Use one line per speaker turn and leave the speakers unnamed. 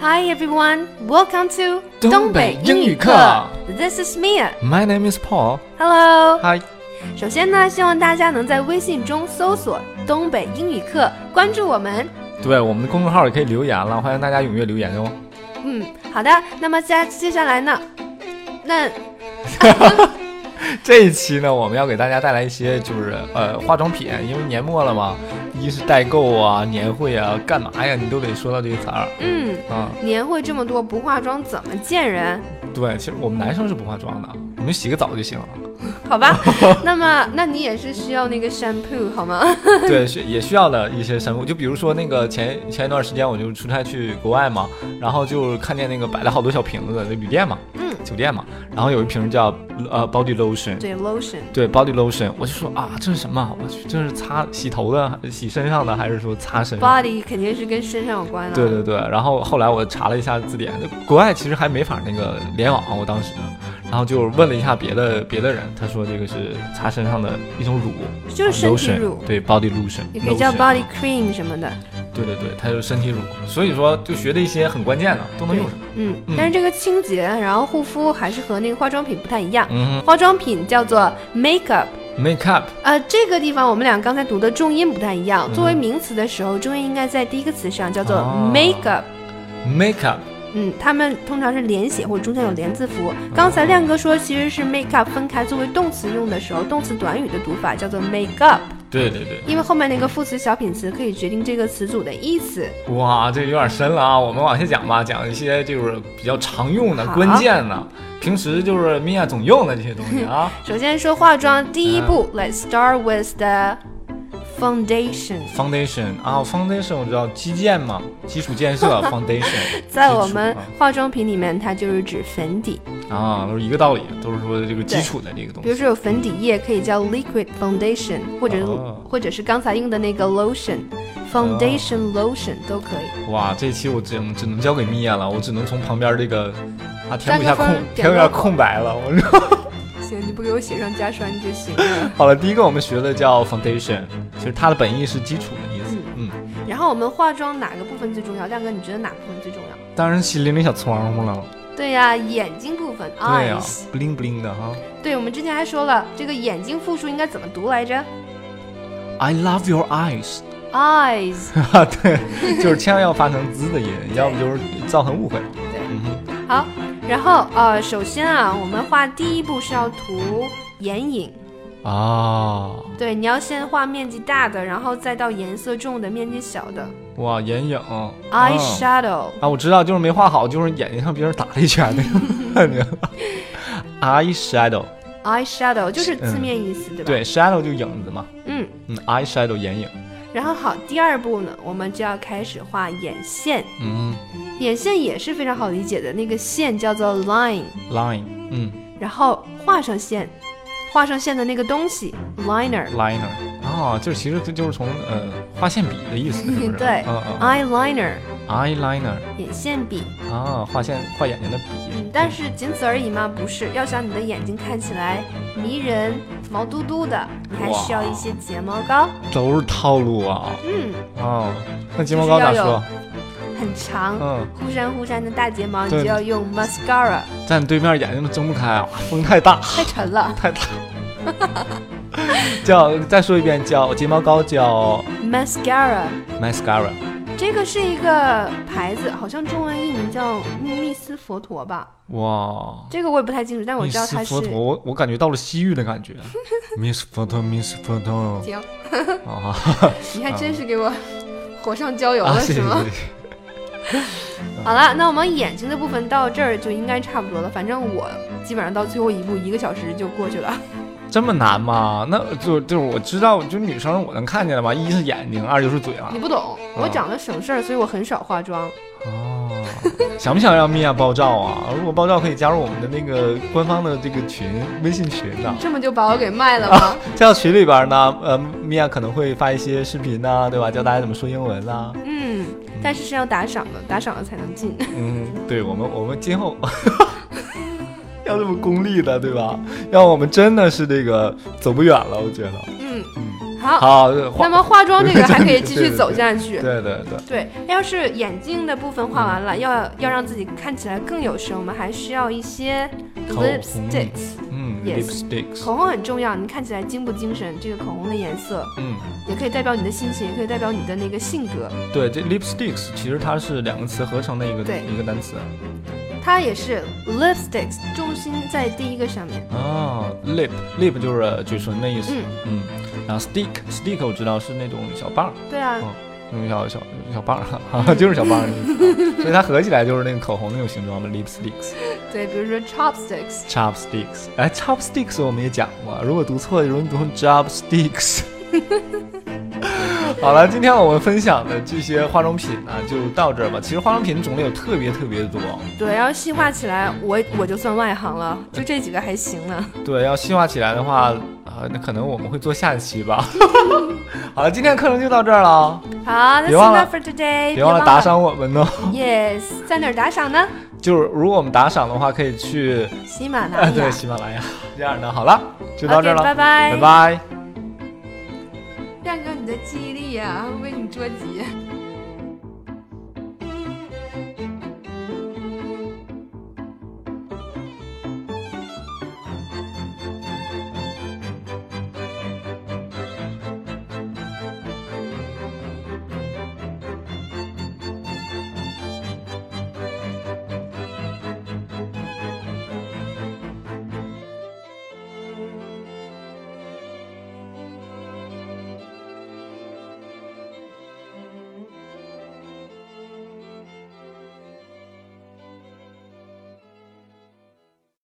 Hi everyone, welcome to
东北英语课
This is Mia.
My name is Paul.
Hello.
Hi.
首先呢，希望大家能在微信中搜索“东北英语课”，关注我们。
对，我们的公众号也可以留言了，欢迎大家踊跃留言哦。
嗯，好的。那么接接下来呢，那
这一期呢，我们要给大家带来一些就是呃化妆品，因为年末了嘛，一是代购啊、年会啊，干嘛呀，你都得说到这个词儿
嗯，
啊、
年会这么多，不化妆怎么见人？
对，其实我们男生是不化妆的，我们洗个澡就 行了。
好吧。那么，那你也是需要那个 shampoo 好吗？
对，是也需要的一些神物，就比如说那个前前一段时间我就出差去国外嘛，然后就看见那个摆了好多小瓶子，那旅店嘛，
嗯，
酒店嘛，然后有一瓶叫呃 body lotion，
对，lotion。
对 body lotion，我就说啊，这是什么？我去，这是擦洗头的、洗身上的，还是说擦身上？
Body 肯定是跟身上有关的。啊
对对对。然后后来我查了一下字典，国外其实还没法那个联网，啊我当时，然后就问了一下别的别的人，他说这个是擦身上的一种乳，
就是身体
啊 lotion，
乳
对 body lotion，
也可以叫
lotion
body cream 什么的。
对对对，它就是身体乳，所以说就学的一些很关键的都能用上。
嗯
嗯，
但是这个清洁，然后护肤还是和那个化妆品不太一样。
嗯
化妆品叫做 makeup，
哼，make up，
呃，这个地方我们俩刚才读的重音不太一样。
嗯
作为名词的时候，重音应该在第一个词上，叫做
哦
makeup。
make up，
嗯，它们通常是连写或者中间有连字
嗯
符。刚才亮哥说，其实是 make up 分开作为动词用的时候，动词短语的读法叫做 make up，
对对对，
因为后面那个副词小品词可以决定这个词组的意思。
哇，这有点深了啊，我们往下讲吧，讲一些就是比较常用的、
好
关键的，平时就是米娅总用的这些东西 啊。
首先说化妆，第一步、l e
嗯
t s start with the foundation。
foundation 啊，foundation 我知道基建嘛，基础 建设 foundation，
在
基础
我们
啊
化妆品里面，它就是指粉底，
啊都是一个道理，都是说这个基础的这个东
比如
西。
说有粉底液可以叫 liquid foundation，或者、
哦
或者是刚才用的那个 lotion。Foundation lotion 都可以，
哇，这期我只能只能交给米娅了，我只能从旁边这个啊填补
三
一下
个分
空
儿
填补一下空白了，我
行，你不给我写上加栓就行了。
好了，第一个我们学的叫 foundation，其实它的本意是基础的意思。嗯，
然后我们化妆哪个部分最重要？亮哥，你觉得哪部分最重要？
当然是零零小窗户了。
对呀、眼睛部分
对呀、
eyes。
不灵不灵的哈。
对，我们之前还说了，这个眼睛复数应该怎么读来着
I love your eyes。
？eyes。
哈， 对，就是千万要发成滋的音，要不就是造成误会。
对
嗯哼，
好，然后呃，首先啊，我们画第一步是要涂眼影。
啊，
对，你要先画面积大的，然后再到颜色重的、面积小的。
哇，眼影。啊
Eyeshadow，、
啊，我知道，就是没画好，就是眼睛上别人打了一拳那种感觉。Eye shadow，
eyeshadow 就是字面意思，对吧？
对，shadow 就影子嘛，
嗯。
嗯，eye shadow 眼影，
然后好，第二步呢，我们就要开始画眼线。
嗯
眼线也是非常好理解的，那个线叫做 line，
，line，嗯
然后画上线，画上线的那个东西 liner。
liner 啊，就是其实这就是从呃画线笔的意思，是不是？
对啊
嗯嗯
eyeliner
，eyeliner
眼线笔，
啊，画线画眼睛的笔。
嗯，但是仅此而已吗？不是，要想你的眼睛看起来迷人、毛嘟嘟的，你还需要一些睫毛膏，
都是套路啊。
嗯，
哦，那睫毛膏咋
就是要
说
有？很长，
嗯，
忽闪忽闪的大睫毛，你
对
就要用 mascara，
站对面眼睛都睁不开啊，风太大
太沉了
太大。叫再说一遍，叫睫毛膏叫
，mascara。
mascara
这个是一个牌子，好像中文译名叫密斯佛陀吧，
哇。
这个我也不太清楚，但我知道它
Miss
是
佛。陀，我我感觉到了西域的 感觉。Miss 佛陀，Miss 佛陀
行，
啊
你还真是给我 火上浇油
啊！
了，是
谢谢
吗？
谢谢。
好了，那我们眼睛的部分到这儿就应该差不多了。反正我基本上到最后一步，一个小时就过去了。
这么难吗？那就就是我知道，就女生我能看见的吧，一是眼睛，二就是嘴了
你。不懂，
啊
我长得省事儿，所以我很少化妆。
哦，想不想让米娅爆照啊？如果爆照可以加入我们的那个官方的这个群，微信群的。
这么就把我给卖了 吗？
在群里边呢，呃，米娅可能会发一些视频呐、对吧？教大家怎么说英文啊呐、
嗯，但是是要打赏的，打赏了才能进。
嗯，对我们，我们今后 要这么功利的，对吧？要我们真的是这个走不远了，我觉得。
嗯，
嗯，
好，好，
好，化
那么化妆这个还可以继
对
续
对
走下去。
对对对，
对，要是眼镜的部分画完了，要要让自己看起来更有神，我们还需要一些
口红
lipsticks，
嗯
Yes
，lipsticks，
口红很重要，你看起来精不精神？这个口红的颜色
嗯，
也可以代表你的心情，也可以代表你的那个性格。
对，这 lipsticks 其实它是两个词合成的一个
对
一个单词
它也是 lipsticks，重心在第一个上面。
哦，lip lip 就是嘴唇的意思，
嗯，
嗯，然后 stick stick 我知道是那种小棒儿，
对啊，
哦那种小小小棒儿， 就是小棒儿的意思，所以 它合起来就是那个口红那种形状的 lipsticks。
对，比如说 chopsticks，
chopsticks，哎，chopsticks 我们也讲过，如果读错，容易读成 jobsticks。好了，今天我们分享的这些化妆品呢、就到这儿吧。其实化妆品种类有特别特别多，
对，要细化起来，我我就算外行了，就这几个还行呢。
对，要细化起来的话，啊、那可能我们会做下一期吧。 好了，今天的课程就到这儿了哦，
好，那
别忘
s
了
enough for today，
别忘了打。赏我们哦。
Yes，在哪儿打赏呢？
就是如果我们打赏的话，可以去、
喜马拉
啊
雅。
对喜马拉雅这样的。好了，就到这儿了
OK，拜拜
拜拜。
亮哥，你的记忆力啊，为你捉急。